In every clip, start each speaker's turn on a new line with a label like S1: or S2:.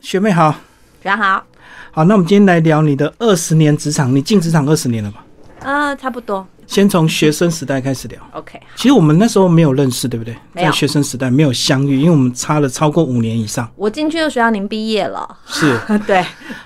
S1: 学妹好，
S2: 然好，
S1: 好，那我们今天来聊你的二十年职场，你进职场二十年了吧？
S2: 呃，差不多
S1: 先从学生时代开始聊。
S2: ，OK，
S1: 其实我们那时候没有认识，对不对？
S2: 没有
S1: 在学生时代没有相遇，因为我们差了超过五年以上。
S2: 我进去的学校您毕业了，
S1: 是
S2: 对，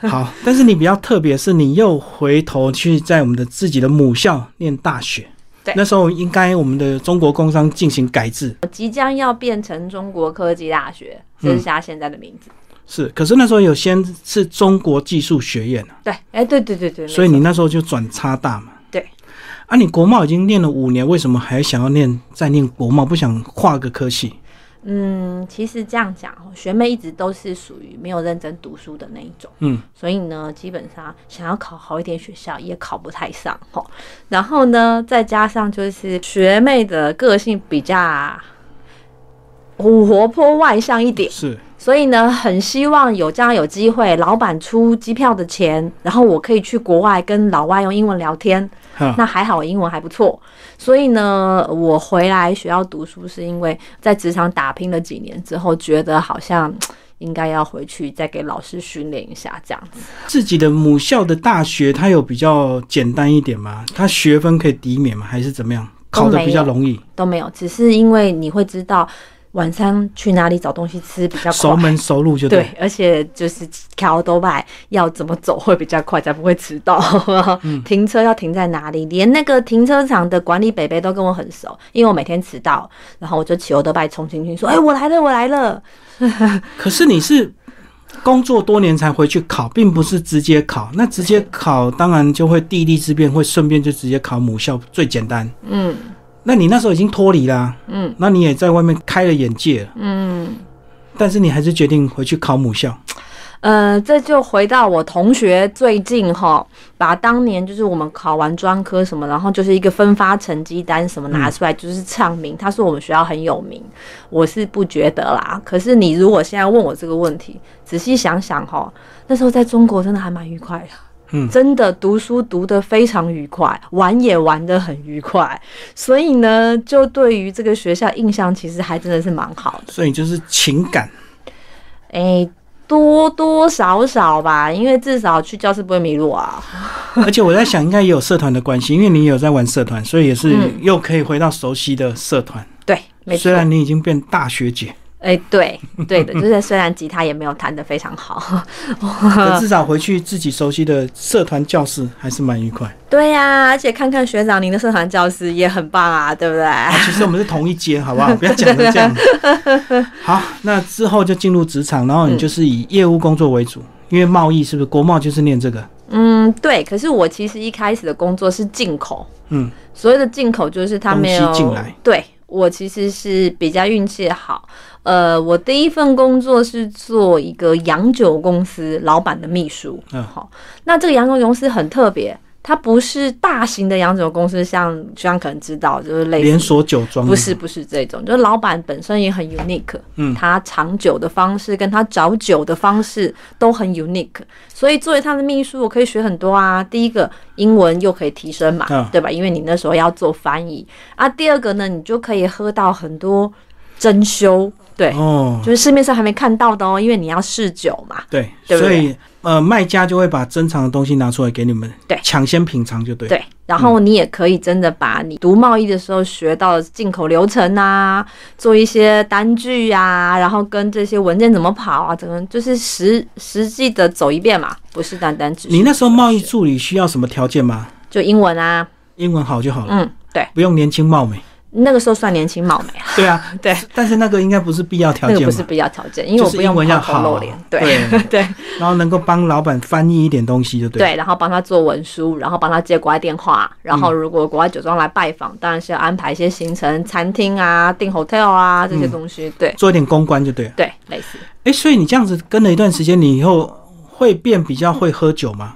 S1: 好，但是你比较特别，是你又回头去在我们的自己的母校念大学。
S2: 对
S1: 那时候应该我们的中国工商进行改制，
S2: 我即将要变成中国科技大学，这是它现在的名字。
S1: 是，可是那时候有先是中国技术学院啊
S2: 对，哎，对对对对，
S1: 所以
S2: 没
S1: 你那时候就转差大嘛。
S2: 对，
S1: 啊，你国贸已经念了五年，为什么还想要念再念国贸？不想跨个科系？
S2: 错嗯，其实这样讲哦，学妹一直都是属于没有认真读书的那一种，
S1: 嗯，
S2: 所以呢，基本上想要考好一点学校也考不太上哦。然后呢，再加上就是学妹的个性比较活泼外向一点。
S1: 是
S2: 所以呢，很希望有这样有机会，老板出机票的钱，然后我可以去国外跟老外用英文聊天。
S1: 哈，
S2: 那还好，我英文还不错。所以呢，我回来学校读书是因为在职场打拼了几年之后，觉得好像嘖应该要回去再给老师训练一下，这样子。
S1: 自己的母校的大学，它有比较简单一点吗？它学分可以抵免吗？还是怎么样？考的比较容易，
S2: 都没有，只是因为你会知道晚上去哪里找东西吃 比较
S1: 熟
S2: 快。
S1: 门熟路就
S2: 对，而且就是桥都外要怎么走会比较快，才不会迟到。停车要停在哪里？连那个停车场的管理北北都跟我很熟，因为我每天迟到，然后我就骑欧德拜冲进去说：“哎、我来了，我来了。
S1: 可是你是工作多年才回去考，并不是直接考。那直接考当然就会地利之便，会顺便就直接考母校最简单。
S2: 嗯
S1: 那你那时候已经脱离啦，
S2: 嗯，
S1: 那你也在外面开了眼界了”，
S2: 嗯，
S1: 但是你还是决定回去考母校。
S2: 呃，这就回到我同学最近哈，把当年就是我们考完专科什么，然后就是一个分发成绩单什么拿出来，就是唱名。他说我们学校很有名，我是不觉得啦。可是你如果现在问我这个问题，仔细想想哈，那时候在中国真的还蛮愉快的。
S1: 嗯
S2: 真的读书读得非常愉快，玩也玩得很愉快，所以呢，就对于这个学校印象其实还真的是蛮好的。
S1: 所以就是情感，
S2: 诶，哎多多少少吧，因为至少去教室不会迷路啊。
S1: 而且我在想，应该也有社团的关系，因为你有在玩社团，所以也是
S2: 嗯
S1: 又可以回到熟悉的社团。
S2: 对，没错
S1: 虽。然你已经变大学 姐，
S2: 诶，对，对的， 就是虽然吉他也没有弹得非常好，
S1: 可至少回去自己熟悉的社团教室还是蛮愉快。
S2: 对呀、而且看看学长您的社团教室也很棒啊，对不对？
S1: 啊，其实我们是同一间，好不 好？不要讲成这样。
S2: 啊
S1: 好，那之后就进入职场，然后
S2: 嗯
S1: 你就是以业务工作为主，因为贸易是不是？国贸就是念这个，
S2: 嗯，对。可是我其实一开始的工作是进口，
S1: 嗯，
S2: 所谓的进口就是他没有
S1: 东西进来
S2: 对我其实是比较运气好，呃，我第一份工作是做一个洋酒公司老板的秘书。
S1: 嗯
S2: 好，那这个洋酒公司很特别，它不是大型的洋酒公司，像就像可能知道就是类似
S1: 连锁酒庄
S2: 不是不是这种，就是老板本身也很 unique，
S1: 嗯
S2: 他藏酒的方式跟他找酒的方式都很 unique，所以作为他的秘书，我可以学很多啊。第一个，英文又可以提升嘛，
S1: 嗯
S2: 对吧？因为你那时候要做翻译啊。第二个呢，你就可以喝到很多珍馐，对，
S1: 哦，
S2: 就是市面上还没看到的哦，因为你要试酒嘛。
S1: 对，
S2: 对不
S1: 所
S2: 对
S1: 以呃，卖家就会把珍藏的东西拿出来给你们，
S2: 对
S1: 抢先品尝就对。，
S2: 对，然后你也可以真的把你读贸易的时候学到的进口流程啊，做一些单据啊，然后跟这些文件怎么跑啊，整个就是实实际的走一遍嘛，不是单单只是
S1: 你那时候贸易助理需要什么条件吗？
S2: 就英文啊，
S1: 英文好就好了，
S2: 嗯，对，
S1: 不用年轻貌美。
S2: 那个时候算年轻貌美 啊，
S1: 对啊，
S2: 对，
S1: 但是那个应该不是必要条
S2: 那个
S1: 件
S2: 不
S1: 嘛
S2: 是。必要条件，因为我
S1: 就是
S2: 不
S1: 英
S2: 用
S1: 文要
S2: 抛头露
S1: 好啊
S2: 脸， 对对
S1: 然后能够帮老板翻译一点东西就对。，
S2: 对，然后帮他做文书，然后帮他接国外电话，然后如果国外酒庄来拜访，当然是要安排一些行程、餐厅啊、订 hotel 啊
S1: 嗯
S2: 这些东西，对
S1: 做一点公关就对了。
S2: 对，类似。
S1: 哎、所以你这样子跟了一段时间，你以后会变比较会喝酒吗？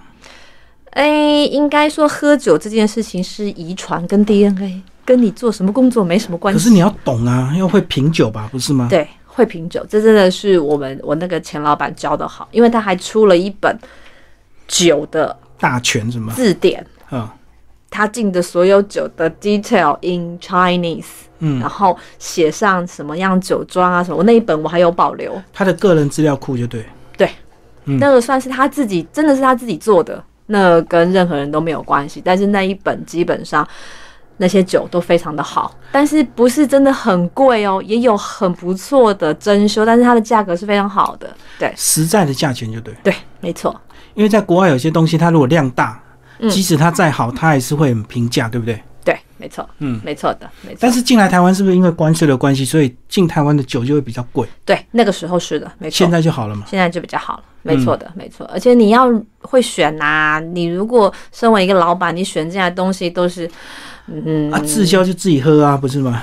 S2: 哎、应该说喝酒这件事情是遗传跟 DNA，跟你做什么工作没什么关
S1: 可
S2: 系。
S1: 是你要懂啊，要会品酒吧，不是吗？
S2: 对会品酒，这真的是我们我那个前老板教的好，因为他还出了一本酒的
S1: 大全什么？
S2: 字典，
S1: 嗯
S2: 他进的所有酒的 detail in Chinese，
S1: 嗯，
S2: 然后写上什么样酒庄啊什么，我那一本我还有保留。
S1: 他的个人资料库就对。
S2: 对，
S1: 嗯
S2: 那个算是他自己，真的是他自己做的，那跟任何人都没有关系。但是那一本基本上那些酒都非常的好，但是不是真的很贵哦，也有很不错的珍馐，但是它的价格是非常好的。对
S1: 实在的价钱就对。
S2: 对，没错，
S1: 因为在国外有些东西，它如果量大，
S2: 嗯
S1: 即使它再好，它还是会很平价，对不对？
S2: 对，没错，
S1: 嗯，
S2: 没错的，没错。
S1: 但是进来台湾是不是因为关税的关系，所以进台湾的酒就会比较贵？
S2: 对那个时候是的，没错。
S1: 现在嗯就好了嘛。
S2: 现在就比较好了，没错的，没错。而且你要会选呐、你如果身为一个老板，你选进来的东西都是，嗯，
S1: 啊，滞销就自己喝啊，不是吗？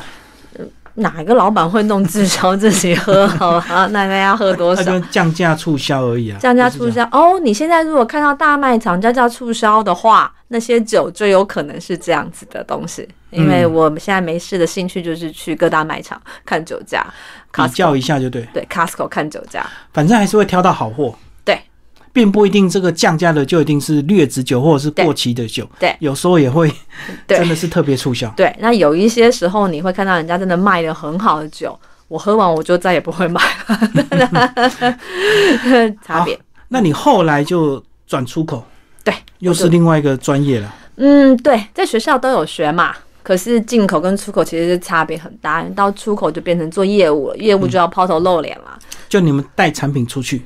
S2: 哪个老板会弄滞销自己喝？好吧，那那要喝多
S1: 它就
S2: 少？
S1: 降价促销而已啊。
S2: 降价
S1: 就是
S2: 促
S1: 这样，
S2: 销哦！你现在如果看到大卖场加价促销的话，那些酒就有可能是这样子的东西。因为
S1: 嗯
S2: 我们现在没事的兴趣就是去各大卖场看酒价
S1: 比较
S2: ，Costco
S1: 一下就对，
S2: 对 Costco 看酒价，
S1: 反正还是会挑到好货。
S2: 对，
S1: 并不一定这个降价的就一定是劣质酒或者是过期的酒。
S2: 对
S1: 有时候也会
S2: 对嗯
S1: 真的是特别促销。
S2: 对，那有一些时候你会看到人家真的卖的很好的酒，我喝完我就再也不会买了， 差别。
S1: 那你后来就转出口，
S2: 对，
S1: 又是另外一个专业了。
S2: 嗯，对，在学校都有学嘛。可是进口跟出口其实是差别很大，到出口就变成做业务了，业务就要抛头露脸嘛，
S1: 就你们带产品出去，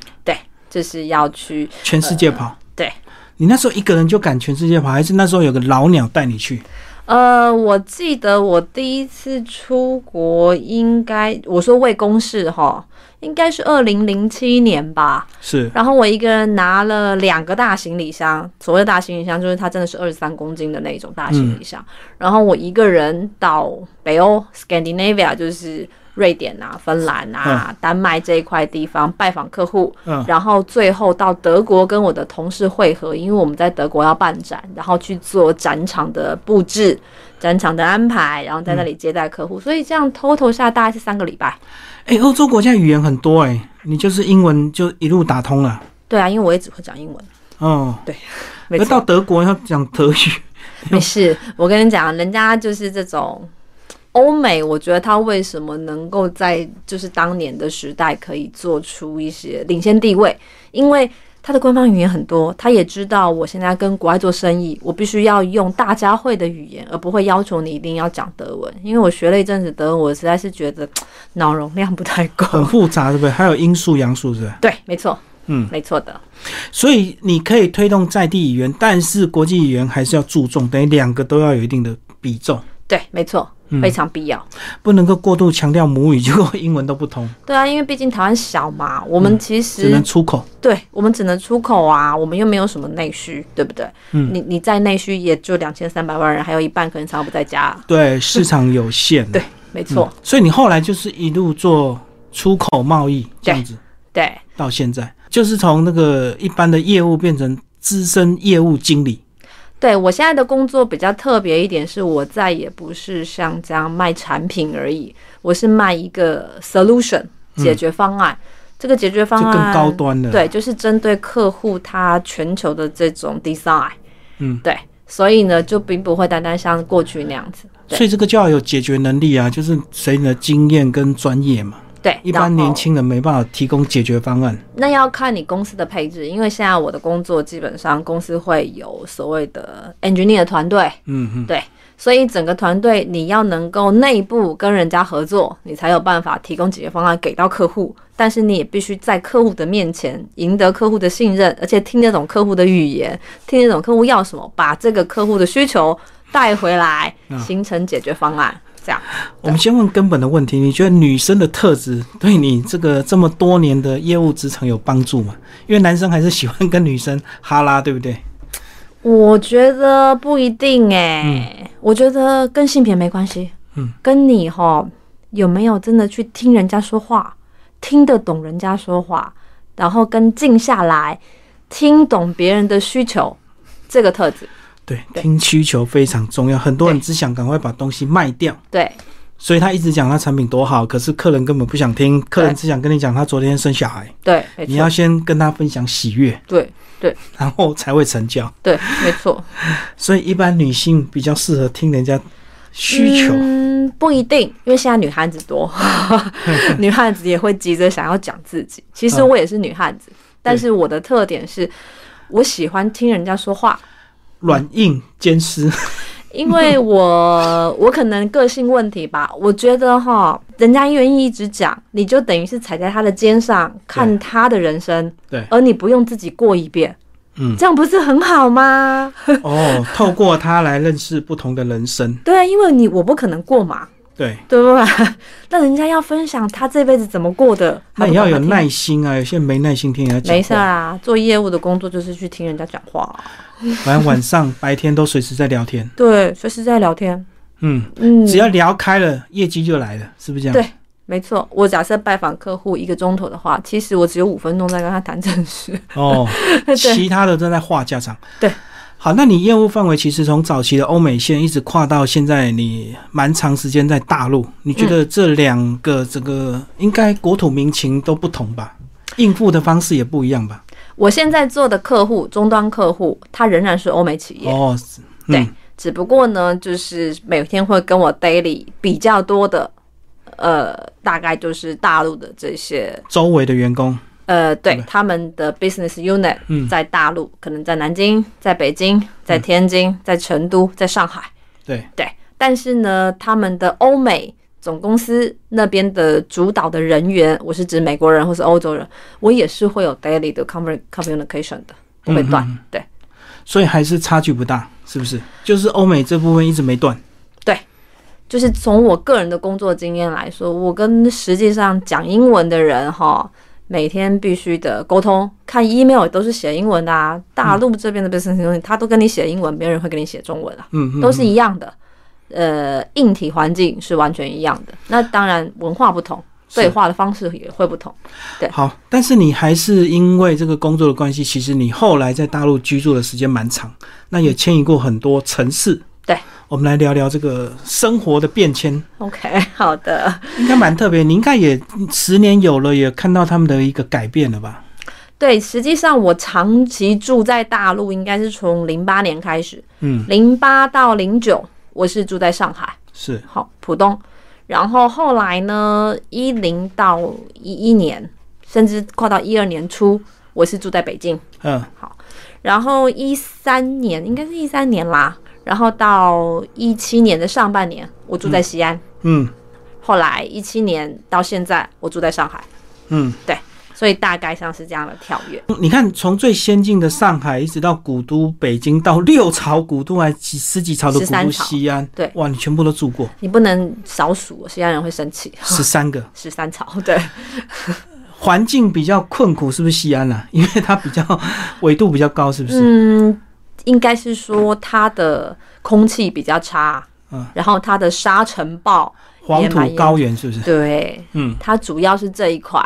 S2: 就是要去
S1: 全世界跑。
S2: 嗯对，
S1: 你那时候一个人就敢全世界跑，还是那时候有个老鸟带你去？
S2: 呃，我记得我第一次出国应该我说为公事哈，应该是二零零七年吧。
S1: 是
S2: 然后我一个人拿了两个大行李箱，所谓的大行李箱就是它真的是二十三公斤的那一种大行李箱。然后我一个人到北欧 （Scandinavia），就是瑞典啊、芬兰啊、丹麦这一块地方拜访客户，
S1: 嗯
S2: 然后最后到德国跟我的同事会合，因为我们在德国要办展，然后去做展场的布置、展场的安排，然后
S1: 嗯
S2: 在那里接待客户。所以这样 total 下大概是三个礼拜。
S1: 哎，欧洲国家语言很多哎、你就是英文就一路打通了。
S2: 对啊，因为我也只会讲英文，
S1: 哦，
S2: 没
S1: 而到
S2: 错。
S1: 德国要讲德语，
S2: 没事，我跟你讲，人家就是这种欧美，我觉得他为什么能够在就是当年的时代可以做出一些领先地位，因为。他的官方语言很多，他也知道我现在跟国外做生意，我必须要用大家会的语言，而不会要求你一定要讲德文。因为我学了一阵子德文，我实在是觉得脑容量不太 够。
S1: 很复杂，对不对？还有英数、洋数，是不是？
S2: 对，没错，
S1: 嗯，
S2: 没错的。
S1: 所以你可以推动在地语言，但是国际语言还是要注重，等于两个都要有一定的比重，
S2: 对，没错，
S1: 嗯
S2: 非常必要。
S1: 不能够过度强调母语，结果英文都不 通，
S2: 对啊，因为毕竟台湾小嘛，我们其
S1: 嗯
S2: 实、
S1: 只能出口。
S2: 对我们只能出口啊，我们又没有什么内需，对不对？
S1: 嗯
S2: 你你在内需也就两千三百万人，还有一半可能常不在家、
S1: 对，市场有限。
S2: 对，没
S1: 嗯
S2: 错，
S1: 所以你后来就是一路做出口贸易这样子，
S2: 对
S1: 到现在就是从那个一般的业务变成资深业务经理。
S2: 对。我现在的工作比较特别一点，是我再也不是像这样卖产品而已，我是卖一个 solution 解决方案。这个解决方
S1: 嗯就更
S2: 案
S1: 高端了。
S2: 对，就是针对客户他全球的这种 design，
S1: 嗯，
S2: 对，所以呢，就并不会单单像过去那样子。对
S1: 所以这个就要有解决能力啊，就是随你的经验跟专业嘛。
S2: 对，
S1: 一般
S2: 然后
S1: 年轻人没办法提供解决方案。
S2: 那要看你公司的配置，因为现在我的工作基本上公司会有所谓的 engineer 团队，
S1: 嗯嗯，
S2: 对，所以整个团队你要能够内部跟人家合作，你才有办法提供解决方案给到客户。但是你也必须在客户的面前赢得客户的信任，而且听得懂客户的语言，听得懂客户要什么，把这个客户的需求带回来，形成解决方案。这样，
S1: 我们先问根本的问题，你觉得女生的特质对你这个这么多年的业务职场有帮助吗？因为男生还是喜欢跟女生哈拉，对不对？
S2: 我觉得不一定哎、我觉得跟性别没关系，
S1: 嗯，
S2: 跟你哈有没有真的去听人家说话，听得懂人家说话，然后跟静下来听懂别人的需求这个特质，
S1: 对，
S2: 对
S1: 听需求非常重要。很多人只想赶快把东西卖掉，
S2: 对
S1: 所以他一直讲他产品多好，可是客人根本不想听，客人只想跟你讲他昨天生小孩。
S2: 对，没
S1: 你要
S2: 错，
S1: 先跟他分享喜悦，
S2: 对
S1: 然后才会成交。
S2: 对，没错，
S1: 所以一般女性比较适合听人家需求。
S2: 嗯，不一定，因为现在 女汉子多，女汉子也会急着想要讲自己。其实我也是女汉子，但是我的特点是，我喜欢听人家说话，
S1: 软硬兼 施，
S2: 因为我我可能个性问题吧，我觉得哈，人家愿意一直讲，你就等于是踩在他的肩上看他的人生，
S1: 对
S2: 而你不用自己过一遍，
S1: 嗯
S2: 这样不是很好吗？
S1: 哦，透过它来认识不同的人生，
S2: 对，啊因为你我不可能过嘛，
S1: 对，
S2: 对 不对？那人家要分享他这辈子怎么过的，
S1: 那也要有
S2: 耐。
S1: 耐心啊，有些没耐心听人家讲话，
S2: 没事啊，做业务的工作就是去听人家讲话、啊
S1: 反正晚上、 白天都随时在聊天，
S2: 对，随时在聊天。
S1: 嗯，
S2: 嗯，
S1: 只要聊开了，业绩就来了，是不是这样？
S2: 对没错。我假设拜访客户一个钟头的话，其实我只有五分钟在跟他谈正事。
S1: 哦，
S2: 对
S1: 其他的都在话家常。
S2: 对，
S1: 好，那你业务范围其实从早期的欧美线一直跨到现在，你蛮长时间在大陆，你觉
S2: 嗯
S1: 得这两个这个应该国土民情都不同吧？应付的方式也不一样吧？
S2: 我现在做的客户，终端客户，他仍然是欧美企业，
S1: 哦，是嗯
S2: 对，只不过呢，就是每天会跟我 daily 比较多的，呃，大概就是大陆的这些
S1: 周围的员工，
S2: 呃，对
S1: 对，
S2: 他们的 business unit
S1: 嗯
S2: 在大陆，可能在南京、在北京、在天津、在成都、在上海，
S1: 对
S2: 对。但是呢，他们的欧美总公司那边的主导的人员，我是指美国人或是欧洲人，我也是会有 daily 的 commu- communication 的，不会
S1: 嗯
S2: 断，对
S1: 所以还是差距不大，是不是？就是欧美这部分一直没断。
S2: 对。就是从我个人的工作经验来说，我跟实际上讲英文的人哈，每天必须的沟通，看 email 也都是写英文的啊。大
S1: 嗯
S2: 陆这边的 business 东西，他都跟你写英文，没有人会跟你写中文啊，
S1: 嗯嗯，
S2: 都是一样的。呃，硬体环境是完全一样的，那当然文化不同，
S1: 是
S2: 对话的方式也会不同。对
S1: 好，但是你还是因为这个工作的关系，其实你后来在大陆居住的时间蛮长，那也迁移过很多城市。
S2: 对，
S1: 我们来聊聊这个生活的变迁，
S2: OK，好 的。
S1: 应该蛮特别。你应该也十年有了，也看到他们的一个改变了吧？
S2: 对，实际上我长期住在大陆，应该是从零八年开始，
S1: 嗯，
S2: 零八到零九，我是住在上海。
S1: 是，
S2: 好，浦东。然后后来呢，一零到一一年，甚至跨到一二年初，我是住在北京。
S1: 嗯，
S2: 然后一三年，应该是一三年啦。然后到一七年的上半年，我住在西安。
S1: 嗯，
S2: 后来一七年到现在，我住在上海。
S1: 嗯，
S2: 对，所以大概上是这样的跳跃。
S1: 你看，从最先进的上海，一直到古都北京，到六朝古都，还几十几朝的古都
S2: 13朝
S1: 西安，
S2: 对
S1: 哇，你全部都住过，
S2: 你不能少数，西安人会生气。
S1: 十三个。
S2: 十三朝， 对，
S1: 环境比较困苦，是不是西安啊？ 因为它比较纬度比较高，是不是？
S2: 嗯，应该是说它的空气比较差，
S1: 嗯
S2: 然后它的沙尘暴，
S1: 黄
S2: 也蛮
S1: 土
S2: 严
S1: 高原是不是？
S2: 对，
S1: 嗯，
S2: 它主要是这一块。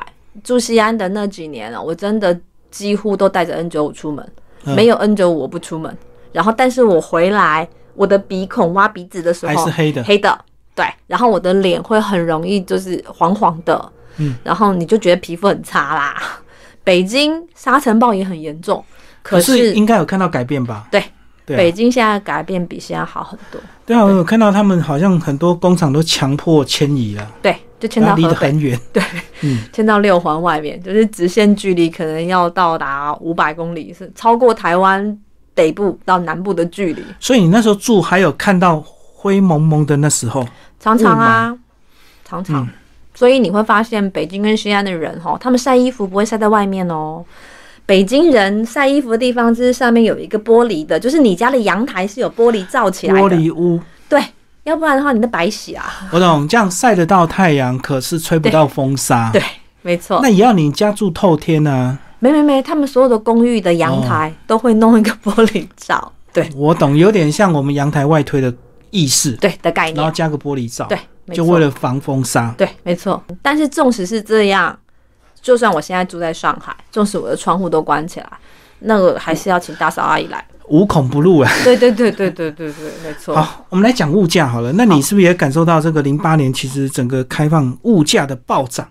S2: 住西安的那几年啊，我真的几乎都带着 N 九五出门，
S1: 嗯
S2: 没有 N 九五我不出门。然后，但是我回来，我的鼻孔挖鼻子的时
S1: 还
S2: 候
S1: 是黑的。
S2: 黑的，对，然后我的脸会很容易就是黄黄的，
S1: 嗯，
S2: 然后你就觉得皮肤很差啦。 北京沙尘暴也很严重，可
S1: 可
S2: 是
S1: 应该有看到改变吧？
S2: 对
S1: 对
S2: 北
S1: 啊
S2: 京现在改变比西安好很多，
S1: 对啊，我有看到他们好像很多工厂都强迫迁移了，
S2: 对，就迁
S1: 然
S2: 到
S1: 后离
S2: 河
S1: 得
S2: 北，
S1: 很远。
S2: 迁到六环外面，就是直线距离可能要到达五百公里，是超过台湾北部到南部的距离。
S1: 所以你那时候住，还有看到灰蒙蒙的那时候，
S2: 常常
S1: 嗯
S2: 啊，常常。所以你会发现，北京跟西安的人哈，他们晒衣服不会晒在外面哦。北京人晒衣服的地方就是上面有一个玻璃的，就是你家的阳台是有玻璃罩起来
S1: 玻
S2: 的，
S1: 璃屋，
S2: 对，要不然的话你的白洗啊。
S1: 我懂，这样晒得到太阳，可是吹不到风沙。
S2: 对，没错
S1: 啊那。也要你家住透天啊。
S2: 没没没，他们所有的公寓的阳
S1: 哦
S2: 台都会弄一个玻璃罩，对
S1: 我懂，有点像我们阳台外推的意式，
S2: 对的概
S1: 然后
S2: 念，
S1: 加个玻璃罩，
S2: 对，没
S1: 就
S2: 错
S1: 为了防风沙。
S2: 对，没错。但是纵使是这样，就算我现在住在上海，纵使我的窗户都关起来，那个还是要请大嫂阿姨 来。
S1: 无孔不入啊！
S2: 对对对对对对对，没错。
S1: 好，我们来讲物价好了。那你是不是也感受到这个零八年其实整个开放物价的暴涨？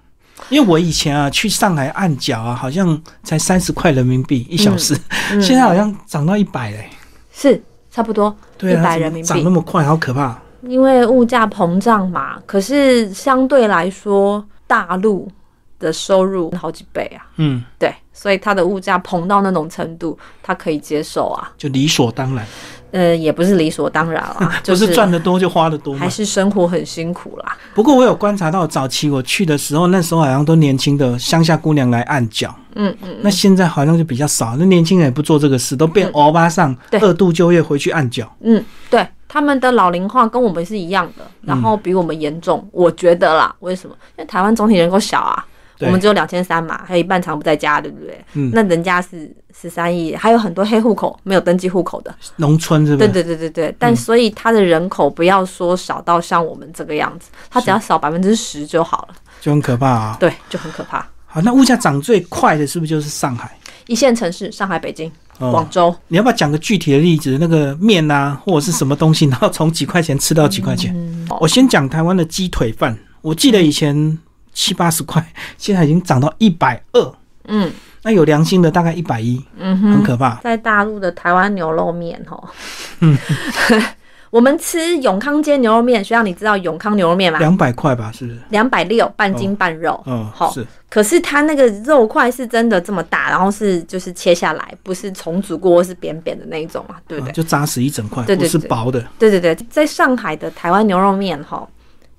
S1: 因为我以前啊去上海按脚啊，好像才三十块人民币一小时，
S2: 嗯
S1: 现在好像涨到一百嘞。
S2: 是差不多
S1: 对啊，
S2: 100
S1: 怎么
S2: 人民币
S1: 涨那么快，好可怕。
S2: 因为物价膨胀嘛。可是相对来说，大陆的收入好几倍啊，
S1: 嗯，
S2: 对，所以它的物价膨到那种程度，他可以接受啊，
S1: 就理所当然，
S2: 呃，也不是理所当然 啦，就
S1: 不是赚得多就花得多嘛
S2: 还。是生活很辛苦啦，
S1: 不过我有观察到，早期我去的时候，那时候好像都年轻的乡下姑娘来按脚，
S2: 嗯嗯，
S1: 那现在好像就比较少，那年轻人也不做这个事，都变欧巴上
S2: 对
S1: 二度就业回去按脚。
S2: 嗯，对，他们的老龄化跟我们是一样的，然后比我们严重，我觉得啦。为什么？因为台湾总体人口小啊，
S1: 对
S2: 我们只有两千三嘛，还有一半常不在家，对不对？
S1: 嗯
S2: 那人家是十三亿，还有很多黑户口没有登记户口的。
S1: 农村是不嗯
S2: 对
S1: 是？
S2: 对对对对，但所以他的人口不要说少到像我们这个样子，他只要少百分之十就好了，
S1: 就很可怕啊、
S2: 对，就很可怕。
S1: 好，那物价涨最快的是不是就是上海？
S2: 一线城市，上海、北京、
S1: 哦
S2: 广，州，
S1: 你要不要讲个具体的例子？那个面啊，或者是什么东西，然后从几块钱吃到几块钱？
S2: 嗯，
S1: 我先讲台湾的鸡腿饭，我记得以前七八十块，现在已经涨到一百二。
S2: 嗯，
S1: 那有良心的大概一百一，
S2: 嗯哼。
S1: 很可怕。
S2: 在大陆的台湾牛肉面哦，
S1: 嗯
S2: 我们吃永康街牛肉面，学长你知道永康牛肉面吗？
S1: 两百块吧，是不是？
S2: 两百六半斤半肉，
S1: 嗯，
S2: 好
S1: 是
S2: 可是它那个肉块是真的这么大，然后是就是切下来，不是重组过或是扁扁的那一种嘛，对
S1: 嗯
S2: 不对？
S1: 就扎实一整块，
S2: 对
S1: 不
S2: 对
S1: 是
S2: 对
S1: 薄的。
S2: 对对对，在上海的台湾牛肉面哈，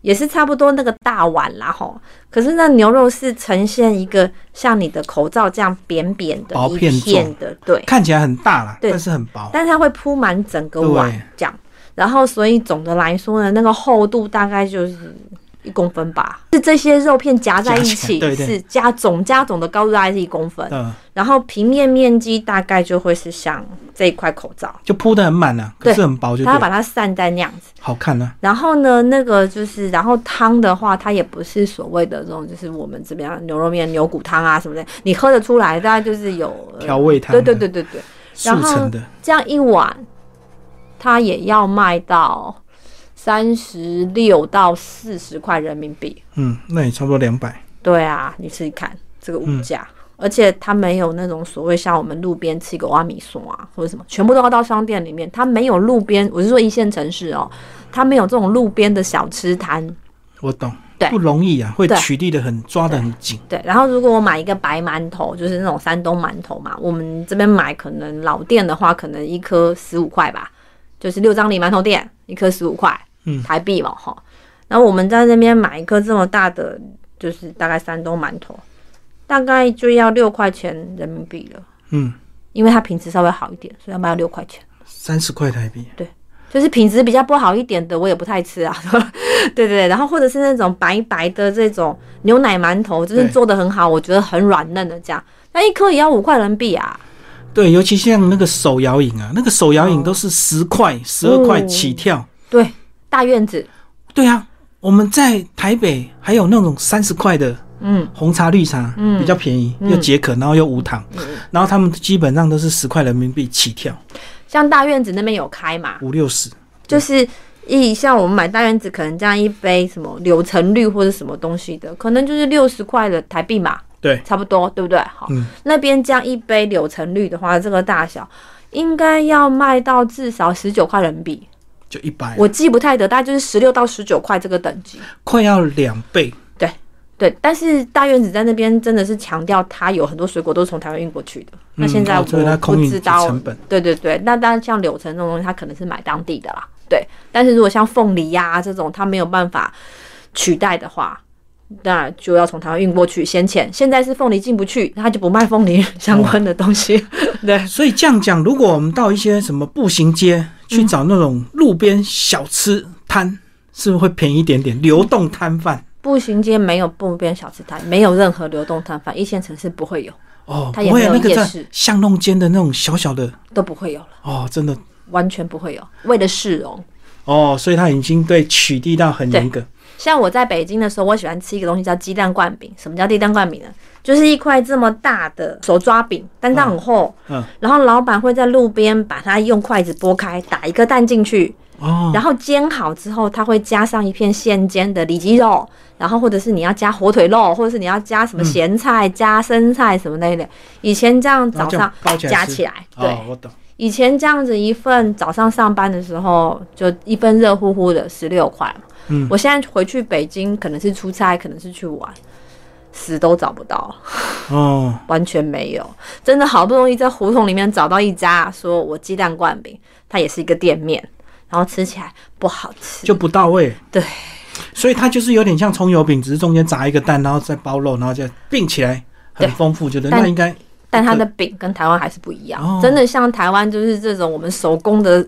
S2: 也是差不多那个大碗啦哈，可是那牛肉是呈现一个像你的口罩这样扁扁的
S1: 薄
S2: 一
S1: 片状
S2: 片的，对，
S1: 看起来很大啦，
S2: 对
S1: 但是很薄。
S2: 但是它会铺满整个碗
S1: 对
S2: 这样。然后，所以总的来说呢，那个厚度大概就是一公分吧，是这些肉片夹在
S1: 夹
S2: 一
S1: 起
S2: 起，
S1: 来对对
S2: 是加总加总的高度大概是一公分，
S1: 嗯，
S2: 然后平面面积大概就会是像这一块口罩，
S1: 就铺的很满了，可
S2: 对
S1: 是很薄就
S2: 它要
S1: 对
S2: 把
S1: 了，
S2: 它散在那样子。
S1: 好看啊呢。
S2: 然后呢，那个就是，然后汤的话，它也不是所谓的这种，就是我们这边啊牛肉面、牛骨汤啊什么的，你喝得出来，大概就是有呃
S1: 调味汤
S2: 对
S1: 的
S2: 对对对对，
S1: 速
S2: 然后
S1: 成的，
S2: 这样一碗，它也要卖到三十六到四十块人民币。
S1: 嗯，那也差不多两百。
S2: 对啊，你自己看这个物价，而且它没有那种所谓像我们路边吃一个挖米松啊或者什么，全部都要到商店里面。它没有路边，我是说一线城市哦，它没有这种路边的小吃摊。
S1: 我懂，
S2: 对
S1: 不容易啊，会
S2: 对
S1: 取缔的很，抓的很紧。
S2: 对，然后如果我买一个白馒头，就是那种山东馒头嘛，我们这边买可能老店的话，可能一颗十五块吧，就是六张里馒头店一颗十五块，
S1: 嗯
S2: 台币嘛哈。然后我们在那边买一颗这么大的，就是大概山东馒头，大概就要六块钱人民币了，
S1: 嗯，
S2: 因为它品质稍微好一点，所以要卖到六块钱。
S1: 三十块台币，
S2: 就是品质比较不好一点的，我也不太吃啊。 对对对，然后或者是那种白白的这种牛奶馒头，就是
S1: 对
S2: 做的很好，我觉得很软嫩的这样，那一颗也要五块人民币啊。
S1: 对，尤其像那个手摇饮啊，那个手摇饮
S2: 哦
S1: 都是十块、十二块起跳。
S2: 对，大院子，
S1: 对啊，我们在台北还有那种三十块的
S2: 嗯，
S1: 红茶、绿茶，
S2: 嗯
S1: 比较便宜，
S2: 嗯
S1: 又解渴，然后又无糖
S2: 嗯，
S1: 然后他们基本上都是十块人民币起跳，
S2: 像大院子那边有开嘛，
S1: 五六十。
S2: 就是一像我们买大院子，可能这样一杯什么柳橙绿或者什么东西的，可能就是六十块的台币嘛，
S1: 对，
S2: 差不多，对不对？好，
S1: 嗯
S2: 那边这样一杯柳橙绿的话，这个大小应该要卖到至少十九块人民币。
S1: 就一百，
S2: 我记不太得，大概就是十六到十九块这个等级。
S1: 快要两倍。
S2: 对，但是大院子在那边真的是强调它有很多水果都是从台湾运过去的。那现在
S1: 哦所以它
S2: 我不
S1: 空运
S2: 知道，
S1: 成本
S2: 对对对，那当然像柳橙这种东西，它可能是买当地的啦。对，但是如果像凤梨呀、这种，它没有办法取代的话。那就要从台湾运过去，先前现在是凤梨进不去，它就不卖凤梨相关的东西。
S1: 哦
S2: 对，
S1: 所以这样讲，如果我们到一些什么步行街去找那种路边小吃摊，是不是会便宜一点点？流动摊贩
S2: 步行街没有路边小吃摊，没有任何流动摊贩，一线城市不会有，
S1: 哦，
S2: 它也
S1: 不会
S2: 没有
S1: 那个
S2: 夜
S1: 在
S2: 市
S1: 巷弄间的那种小小的
S2: 都不会有了。
S1: 哦，真的
S2: 完全不会有，为了市容。
S1: 哦，所以它已经对取缔到很严格。
S2: 像我在北京的时候，我喜欢吃一个东西叫鸡蛋灌饼。什么叫鸡蛋灌饼呢？就是一块这么大的手抓饼，但它很厚，
S1: 嗯
S2: 然后老板会在路边把它用筷子剥开，打一个蛋进去，
S1: 哦，
S2: 然后煎好之后，它会加上一片现煎的里脊肉，然后或者是你要加火腿肉，或者是你要加
S1: 嗯
S2: 什么咸菜、加生菜什么那一类。以前这样
S1: 然
S2: 早
S1: 后这样
S2: 上
S1: 包起来
S2: 夹
S1: 吃
S2: 起来，对，
S1: 哦，我懂。
S2: 以前这样子一份早上上班的时候，就一份热乎乎的十六块嘛。
S1: 嗯
S2: 我现在回去北京，可能是出差，可能是去玩，死都找不到，
S1: 哦，
S2: 完全没有。真的好不容易在胡同里面找到一家，说我鸡蛋灌饼，它也是一个店面，然后吃起来不好吃，
S1: 就不到位。
S2: 对，
S1: 所以它就是有点像葱油饼，只是中间炸一个蛋，然后再包肉，然后再并起来，很
S2: 对
S1: 丰富，觉得
S2: 但
S1: 那应该
S2: 但它的饼跟台湾还是不一样，
S1: 哦
S2: 真的像台湾就是这种我们手工的，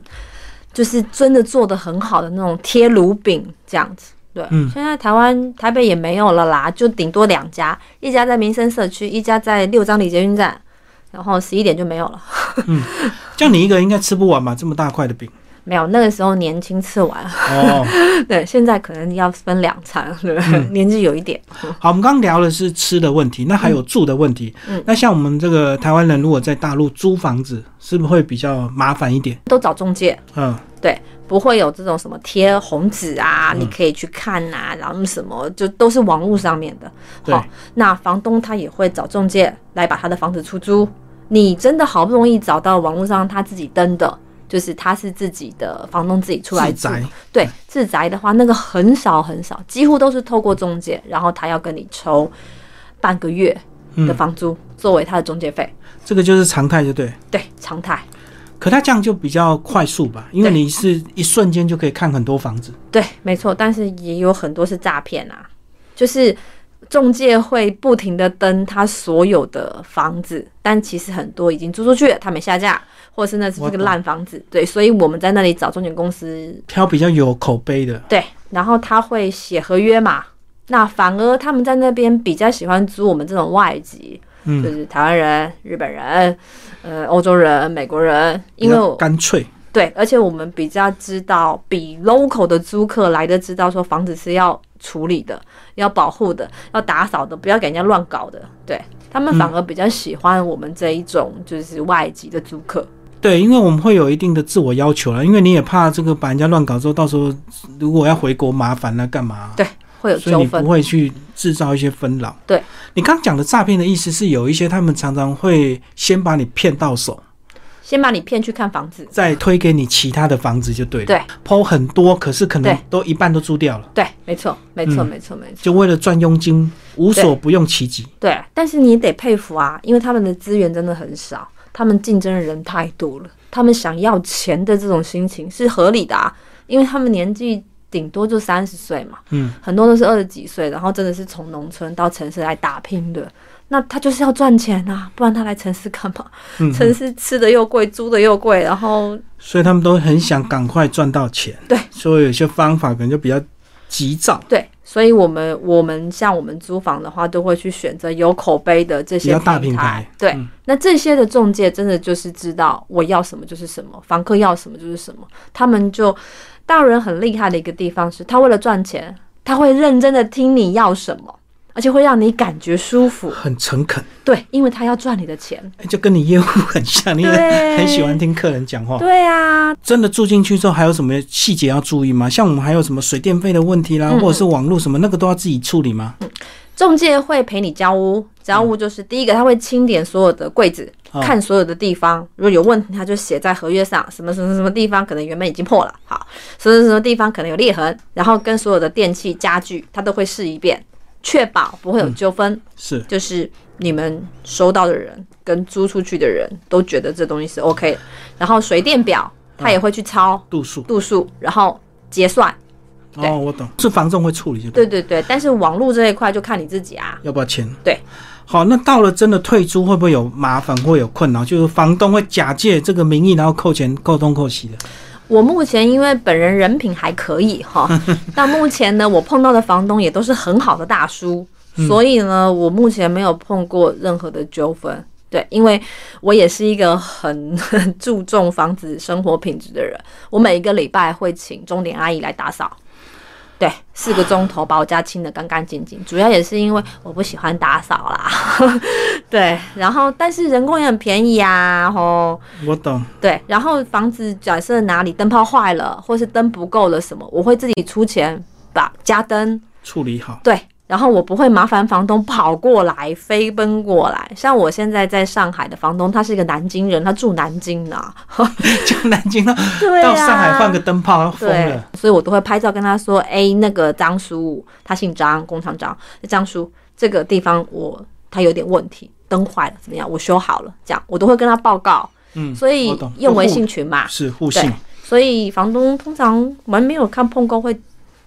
S2: 就是真的做的很好的那种贴炉饼这样子。对，
S1: 嗯
S2: 现在台湾台北也没有了啦，就顶多两家，一家在民生社区，一家在六张里捷运站，然后十一点就没有了。
S1: 这样你一个人应该吃不完吧？这么大块的饼
S2: 没有，那个时候年轻吃完，
S1: 哦。
S2: 对，现在可能要分两餐，对，
S1: 嗯
S2: 年纪有一点。
S1: 好，我们刚刚聊的是吃的问题，那还有住的问题。
S2: 嗯
S1: 那像我们这个台湾人，如果在大陆租房子，是不是会比较麻烦一点？
S2: 都找中介，
S1: 嗯，
S2: 对，不会有这种什么贴红纸啊，你可以去看呐、然后什么就都是网络上面的。
S1: 对，
S2: 那房东他也会找中介来把他的房子出租。你真的好不容易找到网络上他自己登的，就是他是自己的房东自己出来
S1: 自
S2: 住。
S1: 宅
S2: 对，自宅的话，那个很少很少，几乎都是透过中介，然后他要跟你抽半个月的
S1: 嗯
S2: 房租、作为他的中介费，
S1: 这个就是常态，就对。
S2: 对，常态。
S1: 可他这样就比较快速吧，因为
S2: 对
S1: 你是一瞬间就可以看很多房子。
S2: 对，没错，但是也有很多是诈骗啊，就是中介会不停的登他所有的房子，但其实很多已经租出去了，他没下架，或者是那是
S1: 我
S2: 个
S1: 懂
S2: 烂房子，对，所以我们在那里找中介公司，
S1: 挑比较有口碑的，
S2: 对，然后他会写合约嘛，那反而他们在那边比较喜欢租我们这种外籍，
S1: 嗯
S2: 就是台湾人、日本人、呃欧洲人、美国人，因为
S1: 比较
S2: 我
S1: 干脆。
S2: 对，而且我们比较知道，比 local 的租客来的知道说房子是要处理的、要保护的、要打扫的，不要给人家乱搞的。对他们反而比较喜欢我们这一种就是外籍的租客。
S1: 对，因为我们会有一定的自我要求了，因为你也怕这个把人家乱搞之后，到时候如果要回国麻烦了干嘛？
S2: 对，会有
S1: 所以
S2: 纠
S1: 你不
S2: 纷。
S1: 会去制造一些纷扰。
S2: 对，
S1: 你刚讲的诈骗的意思是有一些他们常常会先把你骗到手，
S2: 先把你骗去看房子，
S1: 再推给你其他的房子就对了。
S2: 对
S1: 抛很多，可是可能
S2: 对
S1: 都一半都租掉了，
S2: 对，没错，没错，
S1: 嗯
S2: 没错，没错。
S1: 就为了赚佣金，无所不用其极。
S2: 对，但是你得佩服啊，因为他们的资源真的很少，他们竞争的人太多了，他们想要钱的这种心情是合理的啊，因为他们年纪顶多就三十岁嘛，
S1: 嗯，
S2: 很多都是二十几岁，然后真的是从农村到城市来打拼的。那他就是要赚钱啊，不然他来城市干嘛？
S1: 嗯
S2: 城市吃的又贵，租的又贵，然后
S1: 所以他们都很想赶快赚到钱。
S2: 对，
S1: 所以有些方法可能就比较急躁，
S2: 对，所以我们我们像我们租房的话，都会去选择有口碑的这
S1: 比
S2: 些
S1: 较大品牌。
S2: 对，
S1: 嗯
S2: 那这些的中介真的就是知道我要什么就是什么，房客要什么就是什么，他们就大陆人很厉害的一个地方是，他为了赚钱，他会认真的听你要什么，而且会让你感觉舒服。
S1: 很诚恳。
S2: 对，因为他要赚你的钱。
S1: 欸就跟你业务很像，你也
S2: 对
S1: 很喜欢听客人讲话。
S2: 对啊，
S1: 真的住进去之后，还有什么细节要注意吗？像我们还有什么水电费的问题啦，
S2: 嗯
S1: 或者是网络什么，那个都要自己处理吗？
S2: 中介会陪你交屋，交屋就是第一个，他会清点所有的柜子，
S1: 哦
S2: 看所有的地方，如果有问题，他就写在合约上，什么什么什么地方可能原本已经破了，好，什么什么地方可能有裂痕，然后跟所有的电器家具，他都会试一遍，确保不会有纠纷。
S1: 是
S2: 就是你们收到的人跟租出去的人都觉得这东西是 OK 的，然后水电表他也会去抄
S1: 度数。
S2: 度数，然后结算。对
S1: 哦，我懂，是房仲会处理就对，
S2: 对对对，但是网络这一块就看你自己啊。
S1: 要不要钱？
S2: 对。
S1: 好，那到了真的退租会不会有麻烦，会有困扰？就是房东会假借这个名义，然后扣钱、扣东扣西的。
S2: 我目前因为本人人品还可以哈，那目前呢，我碰到的房东也都是很好的大叔，所以呢，我目前没有碰过任何的纠纷。对，因为我也是一个很 很注重房子生活品质的人，我每一个礼拜会请钟点阿姨来打扫。对，四个钟头把我家清得干干净净，主要也是因为我不喜欢打扫啦。 对，然后但是人工也很便宜啊，吼，
S1: 我懂，
S2: 对，然后房子假设哪里灯泡坏了，或是灯不够了什么，我会自己出钱把加灯。
S1: 处理好。
S2: 对，然后我不会麻烦房东跑过来、飞奔过来。像我现在在上海的房东，他是一个南京人，他住南京啊 呢、
S1: 就南京到
S2: 对啊，
S1: 到上海换个灯泡，要疯
S2: 对
S1: 了。，
S2: 所以我都会拍照跟他说：“哎、那个张叔，他姓张，工厂张，张叔，这个地方我它有点问题，灯坏了怎么样？我修好了，这样我都会跟他报告。
S1: 嗯，
S2: 所以
S1: 我懂
S2: 用为信群嘛，
S1: 是互
S2: 对
S1: 信。，
S2: 所以房东通常我们没有看碰工会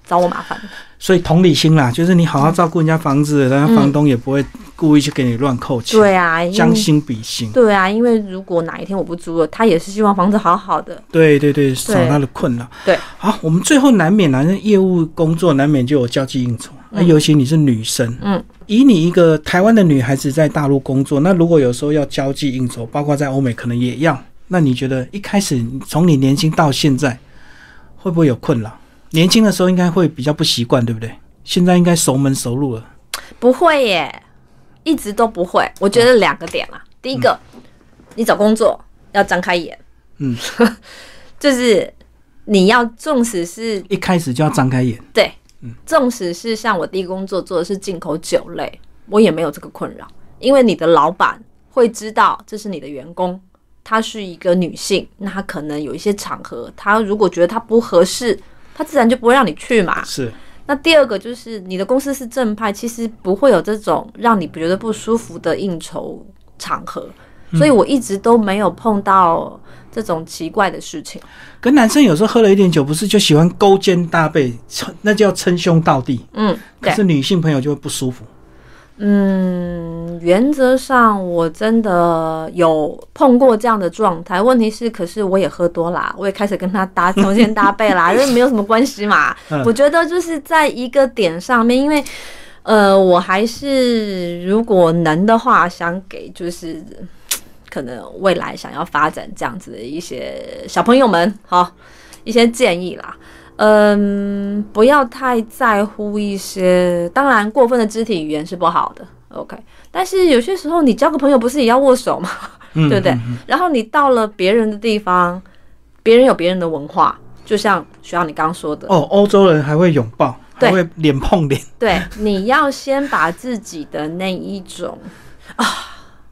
S2: 找我麻烦。
S1: 所以同理心啦，就是你好好照顾人家房
S2: 嗯
S1: 子，人家房东也不会故意去给你乱扣钱。
S2: 对啊，因
S1: 将
S2: 为
S1: 心比心。
S2: 对啊，因为如果哪一天我不租了，他也是希望房子好好的。
S1: 对对对，少他的困扰。
S2: 对，
S1: 好，我们最后难免啊，那业务工作难免就有交际应酬。那尤其你是女生，
S2: 嗯，
S1: 以你一个台湾的女孩子在大陆工作，那如果有时候要交际应酬，包括在欧美可能也要，那你觉得一开始从你年轻到现在，会不会有困扰？年轻的时候应该会比较不习惯，对不对？现在应该熟门熟路了。
S2: 不会耶，一直都不会。我觉得两个点啦，第一个，你找工作要张开眼，
S1: 嗯，
S2: 就是你要纵使是
S1: 一开始就要张开眼，
S2: 对，纵使是像我第一工作做的是进口酒类，我也没有这个困扰，因为你的老板会知道这是你的员工，她是一个女性，那她可能有一些场合，她如果觉得她不合适，她自然就不会让你去嘛。
S1: 是
S2: 那第二个就是你的公司是正派，其实不会有这种让你觉得不舒服的应酬场合，所以我一直都没有碰到这种奇怪的事情。
S1: 跟男生有时候喝了一点酒，不是就喜欢勾肩搭背，称那叫称兄道弟。
S2: 嗯，
S1: 可
S2: 对。
S1: 是女性朋友就会不舒服。
S2: 嗯，原则上我真的有碰过这样的状态。问题是，可是我也喝多啦，我也开始跟他搭头肩搭背啦，这没有什么关系嘛
S1: 嗯。
S2: 我觉得就是在一个点上面，因为呃，我还是如果能的话，想给就是可能未来想要发展这样子的一些小朋友们，好一些建议啦。嗯，不要太在乎一些，当然过分的肢体语言是不好的，OK。但是有些时候你交个朋友不是也要握手吗？
S1: 嗯，
S2: 对不对
S1: 嗯？嗯
S2: 然后你到了别人的地方，别人有别人的文化，就像学长你刚刚说的，
S1: 哦，欧洲人还会拥抱，还
S2: 对
S1: 会脸碰脸，
S2: 对，你要先把自己的那一种啊，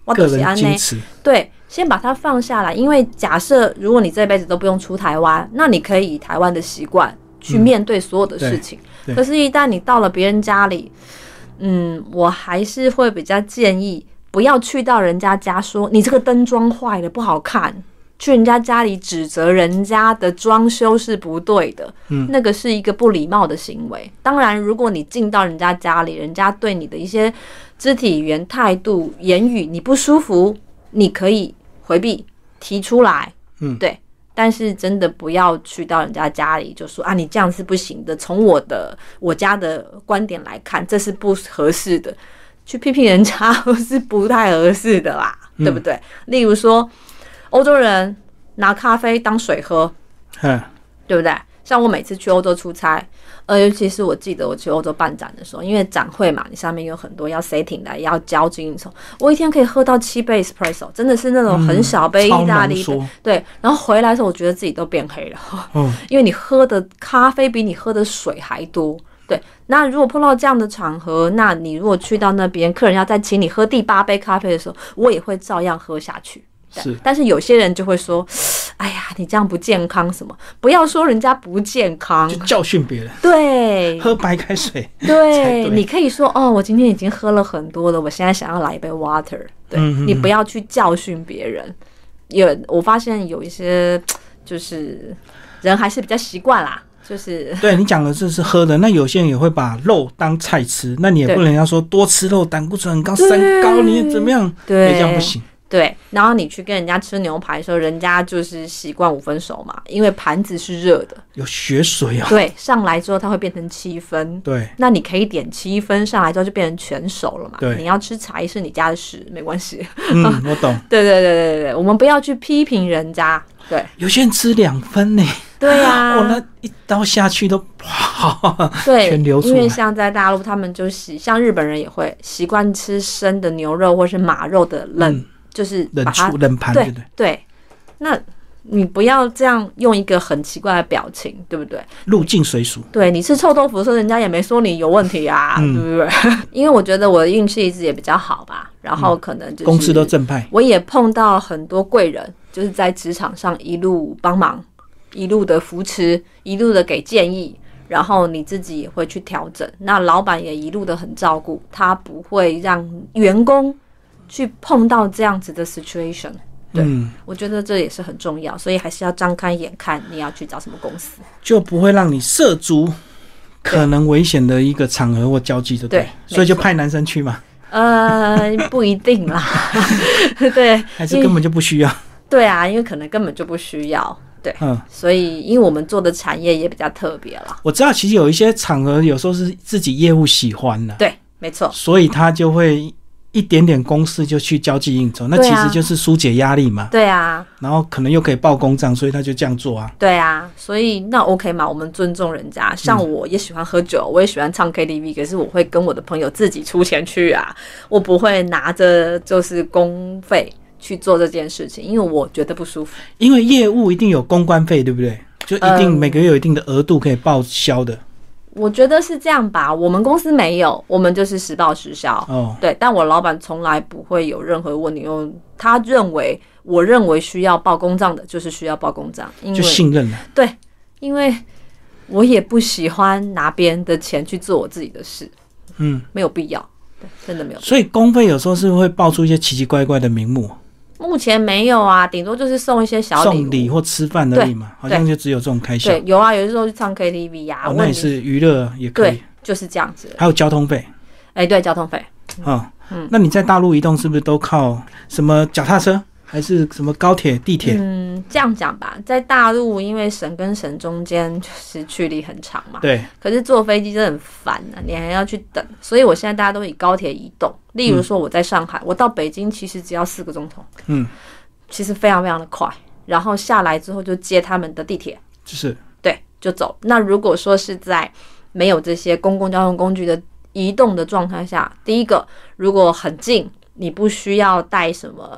S2: 我
S1: 个
S2: 就是安
S1: 人
S2: 内
S1: 矜持。
S2: 对，先把它放下来，因为假设如果你这辈子都不用出台湾，那你可以以台湾的习惯去面对所有的事情。
S1: 嗯对对
S2: 可是，一旦你到了别人家里，嗯，我还是会比较建议不要去到人家家说你这个灯装坏了不好看，去人家家里指责人家的装修是不对的，
S1: 嗯
S2: 那个是一个不礼貌的行为。当然，如果你进到人家家里，人家对你的一些肢体语言、态度、言语你不舒服，你可以回避提出来，
S1: 嗯
S2: 对。但是真的不要去到人家家里就说啊，你这样是不行的。从我的我家的观点来看，这是不合适的。去批评人家 是不太合适的啦，对不对？例如说，欧洲人拿咖啡当水喝，
S1: 嗯，
S2: 对不对？像我每次去欧洲出差，呃，尤其是我记得我去欧洲办展的时候，因为展会嘛，你上面有很多要 setting 的，要交际应酬，我一天可以喝到七杯 espresso，真的是那种很小杯
S1: 嗯超
S2: 意大
S1: 难
S2: 利的，
S1: 说。
S2: 对。然后回来的时候，我觉得自己都变黑了。
S1: 哦，
S2: 因为你喝的咖啡比你喝的水还多。对，那如果碰到这样的场合，那你如果去到那边，客人要再请你喝第八杯咖啡的时候，我也会照样喝下去。对
S1: 是
S2: 但是有些人就会说：“ 哎呀，你这样不健康什么？”不要说人家不健康
S1: 就，教训别人，
S2: 对
S1: 喝白开水。
S2: 对，
S1: 对
S2: 你可以说：“哦，我今天已经喝了很多了，我现在想要来一杯 water 对。
S1: 嗯嗯
S2: 你
S1: 嗯
S2: 不要去教训别人。有我发现有一些就是人还是比较习惯啦，就是
S1: 对你讲的这是喝的，那有些人也会把肉当菜吃，那你也
S2: 对
S1: 不能要说多吃肉胆固醇很高，
S2: 对
S1: 三高你怎么样？
S2: 对，
S1: 也这样不行。
S2: 对，然后你去跟人家吃牛排的时候，人家就是习惯五分熟嘛，因为盘子是热 的，
S1: 有血水 哦。
S2: 对，上来之后它会变成七分。
S1: 对，
S2: 那你可以点七分上来之后就变成全熟了嘛？
S1: 对
S2: 你要吃才是你家的事，没 关系。
S1: 嗯，我懂。
S2: 对对对对对对，我们不要去批评人家。对
S1: 有些人吃两分呢，
S2: 对呀、
S1: 我啊哦那一刀下去都哇，
S2: 对，
S1: 全流出
S2: 因为
S1: 来
S2: 像在大陆，他们就习，像日本人也会习惯吃生的牛肉或是马肉的冷，
S1: 嗯
S2: 就是
S1: 冷
S2: 把它
S1: 处冷盘，对
S2: 对
S1: 不对？
S2: 对，那你不要这样用一个很奇怪的表情，对不对？
S1: 入境水俗，
S2: 对你吃臭豆腐的时候，人家也没说你有问题啊，
S1: 嗯
S2: 对不对？ 因为我觉得我的运气一直也比较好吧，然后可能就
S1: 嗯
S2: 是
S1: 公司都正派。
S2: 我也碰到很多贵人，就是在职场上一路帮忙，一路的扶持，一路的给建议，然后你自己也会去调整。那老板也一路的很照顾，他不会让员工去碰到这样子的 situation。对
S1: 嗯，
S2: 我觉得这也是很重要，所以还是要张开眼看你要去找什么公司。
S1: 就不会让你涉足可能危险的一个场合或交际，对不对
S2: 对？
S1: 所以就
S2: 没错
S1: 派男生去嘛，
S2: 呃，不一 定啦，对
S1: 还是根本就不需要。
S2: 对啊，因为可能根本就不需要，对，
S1: 嗯，
S2: 所以因为我们做的产业也比较特别啦，
S1: 我知道，其实有一些场合有时候是自己业务喜欢的、
S2: 对，没错，
S1: 所以他就会一点点公事就去交际应酬，那
S2: 对
S1: 其
S2: 啊
S1: 实就是疏解压力嘛。
S2: 对啊，
S1: 然后可能又可以报公账，所以他就这样做啊。
S2: 对啊，所以那 OK 嘛，我们尊重人家。
S1: 嗯
S2: 像我也喜欢喝酒，我也喜欢唱 KTV，可是我会跟我的朋友自己出钱去啊，我不会拿着就是公费去做这件事情，因为我觉得不舒服。
S1: 因为业务一定有公关费，对不对？就一定
S2: 嗯
S1: 每个月有一定的额度可以报销的
S2: 我觉得是这样吧，我们公司没有，我们就是实报实销。
S1: 哦。
S2: 对，但我老板从来不会有任何问题，因为他认为我认为需要报公账的，就是需要报公账，因
S1: 就
S2: 为
S1: 信任了，
S2: 对，因为我也不喜欢拿别人的钱去做我自己的事，
S1: 嗯，
S2: 没有必要，对，真的没有。
S1: 所以公费有时候是会爆出一些奇奇怪怪的名目，
S2: 目前没有啊，顶多就是送一些小礼
S1: 送
S2: 物。
S1: 礼或吃饭而已嘛，好像就只有这种开销。
S2: 对，有啊，有的时候去唱 KTV
S1: 哦，
S2: 呀、
S1: 那
S2: 啊问
S1: 也
S2: 你
S1: 是娱乐也可以
S2: 对，，就是这样子。
S1: 还有交通费
S2: 哎、对，交通费，
S1: 啊。
S2: 嗯
S1: 那你在大陆移动是不是都靠什么脚踏车，还是什么高铁、地铁？
S2: 嗯，这样讲吧，在大陆，因为省跟省中间就是距离很长嘛，
S1: 对，
S2: 可是坐飞机真的很烦啊，你还要去等，所以我现在大家都以高铁移动。例如说我在上海，我到北京其实只要四个钟头，
S1: 嗯，
S2: 其实非常非常的快。然后下来之后就接他们的地铁，
S1: 就是
S2: 对，就走。那如果说是在没有这些公共交通工具的移动的状态下，第一个，如果很近，你不需要带什么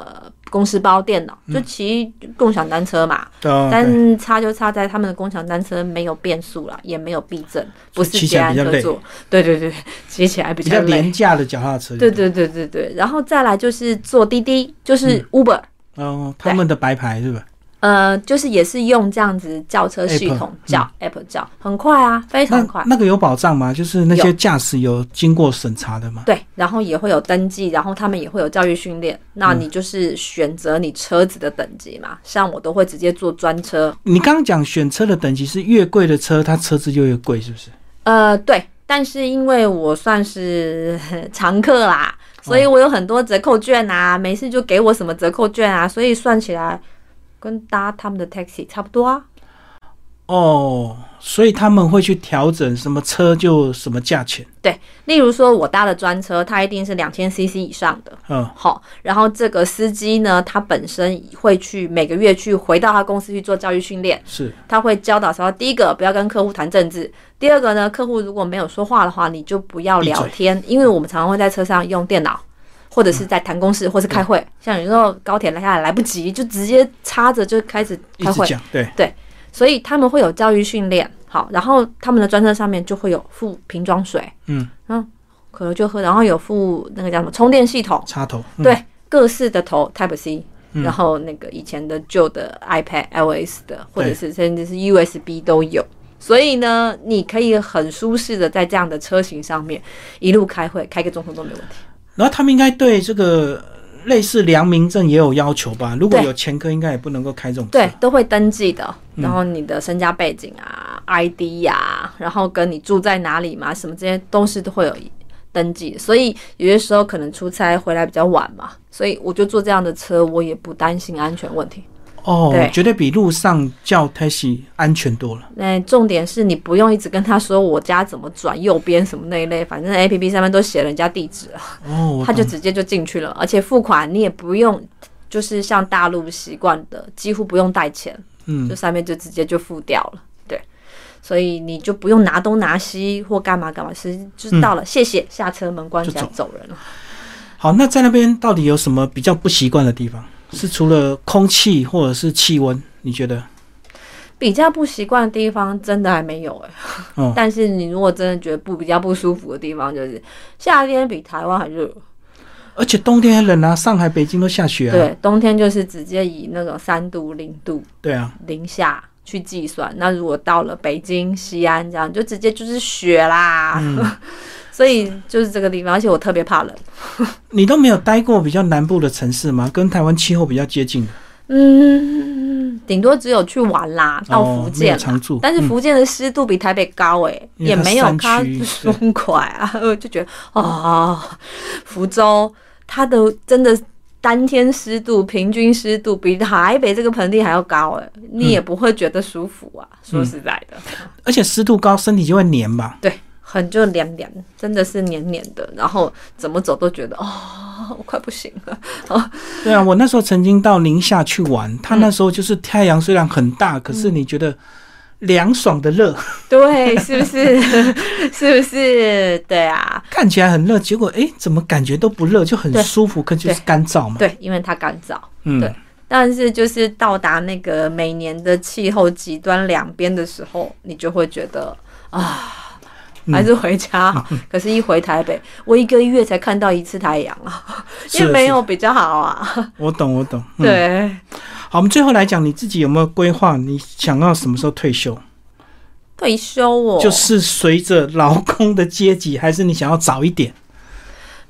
S2: 公事包、电脑，
S1: 嗯
S2: 就骑共享单车嘛。
S1: 到
S2: 但差就差在他们的共享单车没有变速啦，也没有避震，不是
S1: 骑起
S2: 捷
S1: 来
S2: 安
S1: 比较
S2: 特座。对对 对，骑起来比
S1: 比较
S2: 较累。
S1: 廉价的脚踏车。
S2: 对对对对对，然后再来就是坐滴滴，就是
S1: 嗯
S2: Uber，、
S1: 哦，他们的白牌是吧？
S2: 呃，就是也是用这样子轿车系
S1: App，
S2: 统叫 App 叫，很快啊，非常快
S1: 那。那个有保障吗？就是那些驾驶有经过审查的吗？
S2: 对，然后也会有登记，然后他们也会有教育训练。那你就是选择你车子的等级嘛，像我都会直接坐专车。
S1: 你刚刚讲选车的等级是越贵的车，它车子就越贵，是不是？
S2: 呃，对，但是因为我算是 常客啦，所以我有很多折扣券啊，每次就给我什么折扣券啊，所以算起来跟搭他们的 taxi 差不多啊。
S1: 哦，所以他们会去调整什么车就什么价钱。
S2: 对，例如说我搭的专车，它一定是两千 CC 以上的。
S1: 嗯，
S2: 好，然后这个司机呢，他本身会去每个月去回到他公司去做教育训练，
S1: 是
S2: 他会教导说，第一个不要跟客户谈政治，第二个呢，客户如果没有说话的话，你就不要聊天，因为我们常常会在车上用电脑。或者是在谈公事，或是开会，像有时候高铁来下来来不及，就直接插着就开始
S1: 一
S2: 开
S1: 直
S2: 会，
S1: 讲对。
S2: 所以他们会有教育训练，好，然后他们的专车上面就会有附瓶装水，
S1: 嗯
S2: 嗯，可乐就喝，然后有附那个叫什么充电系统，
S1: 插头，嗯、
S2: 对，各式的头 Type C，、然后那个以前的旧的 iPad、iOS 的，或者是甚至是 USB 都有。所以呢，你可以很舒适的在这样的车型上面一路开会，开个钟头都没问题。
S1: 然后他们应该对这个类似良民证也有要求吧？如果
S2: 对
S1: 有前科，应该也不能够开这种车。
S2: 对，，都会登记的。然后你的身家背景啊、ID 呀、然后跟你住在哪里嘛，什么这些东西都会有登记。所以有些时候可能出差回来比较晚嘛，所以我就坐这样的车，我也不担心安全问题。
S1: 哦，
S2: 对
S1: 绝对比路上叫 taxi 安全多了。
S2: 那重点是你不用一直跟他说我家怎么转右边什么那一类，反正 A P P 上面都写人家地址了，
S1: 哦，我
S2: 他就
S1: 懂
S2: 直接就进去了，而且付款你也不用，就是像大陆习惯的，几乎不用带钱，
S1: 嗯
S2: 就上面就直接就付掉了，对，所以你就不用拿东拿西或干嘛干嘛，是就是
S1: 嗯
S2: 到了，谢谢，下车门关起来
S1: 就
S2: 走人了。
S1: 好。那在那边到底有什么比较不习惯的地方？是除了空气或者是气温？你觉得？
S2: 比较不习惯的地方真的还没有哎、
S1: 哦
S2: 但是你如果真的觉得不比较不舒服的地方，就是夏天比台湾还热。
S1: 而且冬天很冷啊，上海、北京都下雪啊。
S2: 对，冬天就是直接以那种三度、零度、
S1: 对啊，
S2: 零下去计算。那如果到了北京、西安这样，就直接就是雪啦。
S1: 嗯
S2: 所以就是这个地方，而且我特别怕冷。
S1: 你都没有待过比较南部的城市吗？跟台湾气候比较接近的
S2: 嗯，顶多只有去玩啦，到福
S1: 哦、没有
S2: 建啦。
S1: 常住，
S2: 但是
S1: 嗯
S2: 福建的湿度比台北高诶、
S1: 因为
S2: 也
S1: 它
S2: 没有
S1: 山
S2: 它
S1: 区
S2: 松垮啊， 我就觉得哦，福州它的真的当天湿度、平均湿度比台北这个盆地还要高诶、你也不会觉得舒服啊。
S1: 嗯
S2: 说实在的，
S1: 而且湿度高，身体就会黏吧。
S2: 对，很就黏黏，真的是黏黏的，然后怎么走都觉得哦，我快不行了。
S1: 对啊，我那时候曾经到宁夏去玩，它那时候就是太阳虽然很大，可是你觉得凉爽的
S2: 嗯
S1: 热，
S2: 对，是不是？ 是不是？对啊，
S1: 看起来很热，结果哎、诶怎么感觉都不热，就很
S2: 对
S1: 舒服，可就是干燥嘛。
S2: 对，因为它干燥。
S1: 嗯，
S2: 对但是就是到达那个每年的气候极端两边的时候，你就会觉得啊，
S1: 嗯
S2: 还是回家好。可是，一回台北，我一个月才看到一次太阳啊，
S1: 是
S2: 也没有比较好啊。
S1: 我懂，我懂。嗯、，
S2: 对，
S1: 好，我们最后来讲你自己有没有规划，你想要什么时候退休？
S2: 退休哦，
S1: 就是随着劳工的阶级，还是你想要早一点？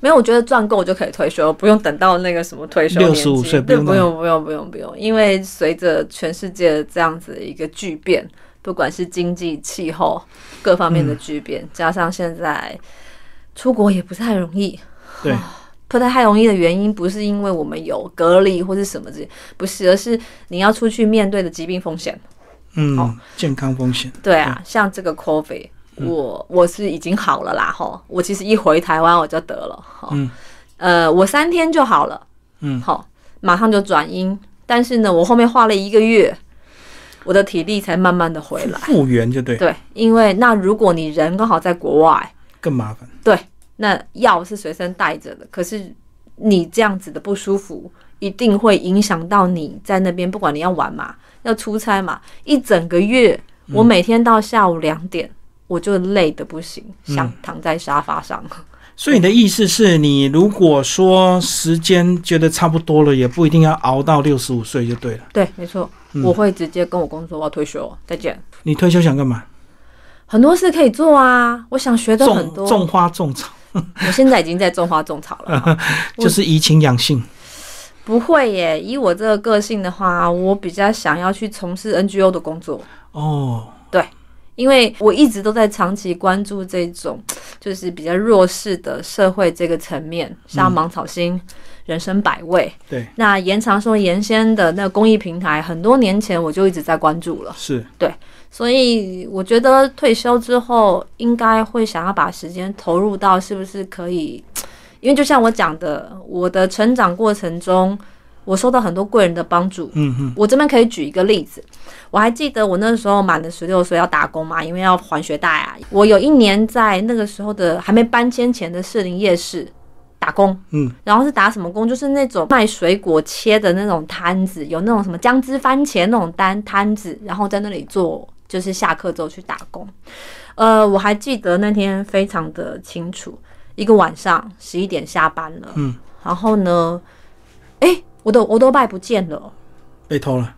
S2: 没有，我觉得赚够就可以退休，不用等到那个什么退休年纪。
S1: 65岁
S2: 对，
S1: 不
S2: 不
S1: 用
S2: 用不用不用不用，因为随着全世界的这样子的一个巨变，不管是经济、气候各方面的
S1: 嗯
S2: 巨变，加上现在出国也不太容易。啊
S1: 对，
S2: 不太容易的原因，不是因为我们有隔离或是什么之类，不是，而是你要出去面对的疾病风险。好
S1: 嗯，健康风险。
S2: 对啊，像这个 COVID，我
S1: 嗯
S2: 我是已经好了啦，吼，我其实一回台湾我就得了，吼
S1: 嗯
S2: 呃，我三天就好了，
S1: 嗯
S2: 好，马上就转阴，但是呢，我后面花了一个月，我的体力才慢慢的回来。
S1: 复原就对，
S2: 对，因为那如果你人刚好在国外，
S1: 更麻烦。
S2: 对，那药是随身带着的，可是你这样子的不舒服，一定会影响到你在那边，不管你要玩嘛，要出差嘛，一整个月，我每天到下午两点，我就累得不行，想躺在沙发上。
S1: 所以你的意思是你如果说时间觉得差不多了，也不一定要熬到六十五岁就对了。
S2: 对，没错，我会直接跟我工作我要退休，再见。
S1: 你退休想干嘛？
S2: 很多事可以做啊，我想学的很
S1: 种
S2: 多。
S1: 种花种草，
S2: 我现在已经在种花种草了。我
S1: 就是怡情养性。
S2: 不会耶，以我这个个性的话，我比较想要去从事 NGO 的工作。
S1: 哦，
S2: 因为我一直都在长期关注这种就是比较弱势的社会这个层面，像芒草心、人生百味。
S1: 对，
S2: 那延长说延先的那个公益平台，很多年前我就一直在关注了，
S1: 是
S2: 所以我觉得退休之后应该会想要把时间投入到是不是可以，因为就像我讲的，我的成长过程中，我受到很多贵人的帮助，
S1: 嗯嗯，
S2: 我这边可以举一个例子，我还记得我那时候满了十六岁要打工嘛，因为要还学贷啊。我有一年在那个时候的还没搬迁前的士林夜市打工，
S1: 嗯，
S2: 然后是打什么工？就是那种卖水果切的那种摊子，有那种什么姜汁番茄那种单摊子，然后在那里做，就是下课之后去打工。呃，我还记得那天非常的清楚，一个晚上十一点下班了，
S1: 嗯，
S2: 然后呢，哎、我的我都拜不见了。
S1: 被偷了。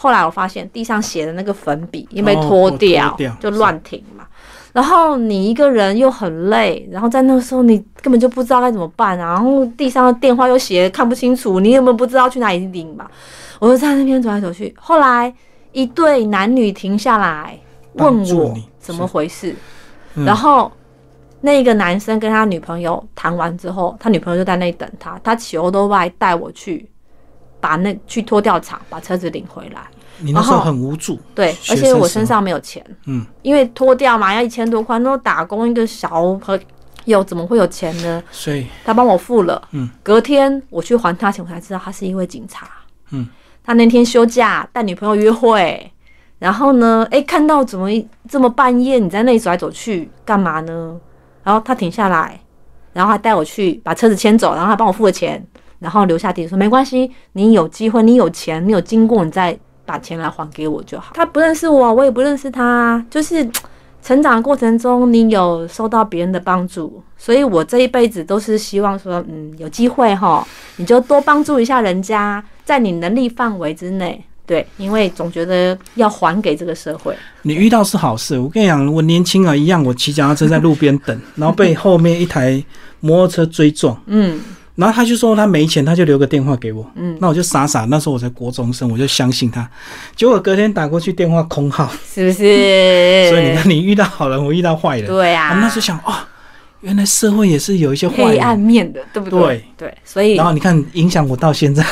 S2: 后来我发现地上写的那个粉笔因为
S1: 哦
S2: 脱
S1: 脱掉
S2: 就乱停嘛。然后你一个人又很累，然后在那个时候你根本就不知道该怎么办啊。然后地上的电话又写得看不清楚，你有没有不知道去哪里领嘛？我就在那边走来走去。后来一对男女停下来问
S1: 帮助
S2: 我
S1: 你
S2: 怎么回事，
S1: 嗯
S2: 然后那个男生跟他女朋友谈完之后，他女朋友就在那里等他，他起欧都外带我去把那去拖吊场把车子领回来。
S1: 你那时候
S2: 然后
S1: 很无助。
S2: 哦对，
S1: 学生
S2: 而且我
S1: 时候
S2: 身上没有钱，
S1: 嗯，
S2: 因为脱掉嘛，要一千多块，那我打工一个小朋友怎么会有钱呢？
S1: 所以
S2: 他帮我付了，
S1: 嗯，
S2: 隔天我去还他钱，我才知道他是一位警察，
S1: 嗯，
S2: 他那天休假带女朋友约会，然后呢，哎，看到怎么一这么半夜你在那里走来走去干嘛呢？然后他停下来，然后还带我去把车子牵走，然后还帮我付了钱，然后留下地址说没关系，你有机会，你有钱，你有经过，你再把钱来还给我就好。他不认识我，我也不认识他，就是成长的过程中，你有受到别人的帮助，所以我这一辈子都是希望说，嗯，有机会哈，你就多帮助一下人家，在你能力范围之内对，因为总觉得要还给这个社会。
S1: 你遇到是好事。我跟你讲，我年轻啊一样，我骑脚踏车在路边等，然后被后面一台摩托车追撞，
S2: 嗯
S1: 然后他就说他没钱，他就留个电话给我。
S2: 嗯，
S1: 那我就傻傻，那时候我才国中生，我就相信他。结果隔天打过去电话空号，
S2: 是不是？
S1: 所以你看你遇到好人，我遇到坏人。
S2: 哎 对
S1: 我
S2: 啊，
S1: 们那时候想，哦，原来社会也是有一些坏
S2: 黑暗
S1: 人。
S2: 面的，对不对？对所以
S1: 然后你看，影响我到现 在，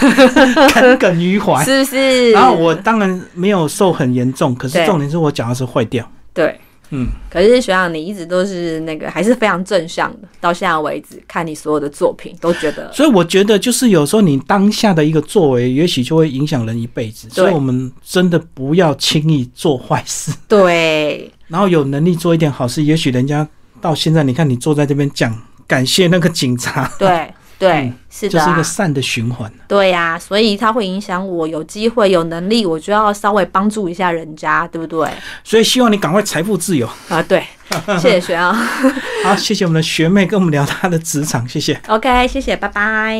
S1: 耿耿于怀。
S2: 是不是？
S1: 然后我当然没有受很严重，可是
S2: 对
S1: 重点是我脚踏车坏掉。
S2: 对，
S1: 嗯，
S2: 可是学长你一直都是那个还是非常正向的，到现在为止看你所有的作品都觉得
S1: 所以我觉得，就是有时候你当下的一个作为，也许就会影响人一辈子。所以我们真的不要轻易做坏事，
S2: 对，
S1: 然后有能力做一点好事，也许人家到现在，你看你坐在这边讲，感谢那个警察，
S2: 对对，是
S1: 嗯就
S2: 的、
S1: 是一
S2: 啊
S1: 个，善的循环。
S2: 对呀、所以它会影响我有机会有能力，我就要稍微帮助一下人家，对不对？
S1: 所以希望你赶快财富自由。
S2: 啊，对，谢谢学啊长
S1: 好，谢谢我们的学妹跟我们聊她的职场，谢谢。
S2: ，OK，谢谢，拜拜。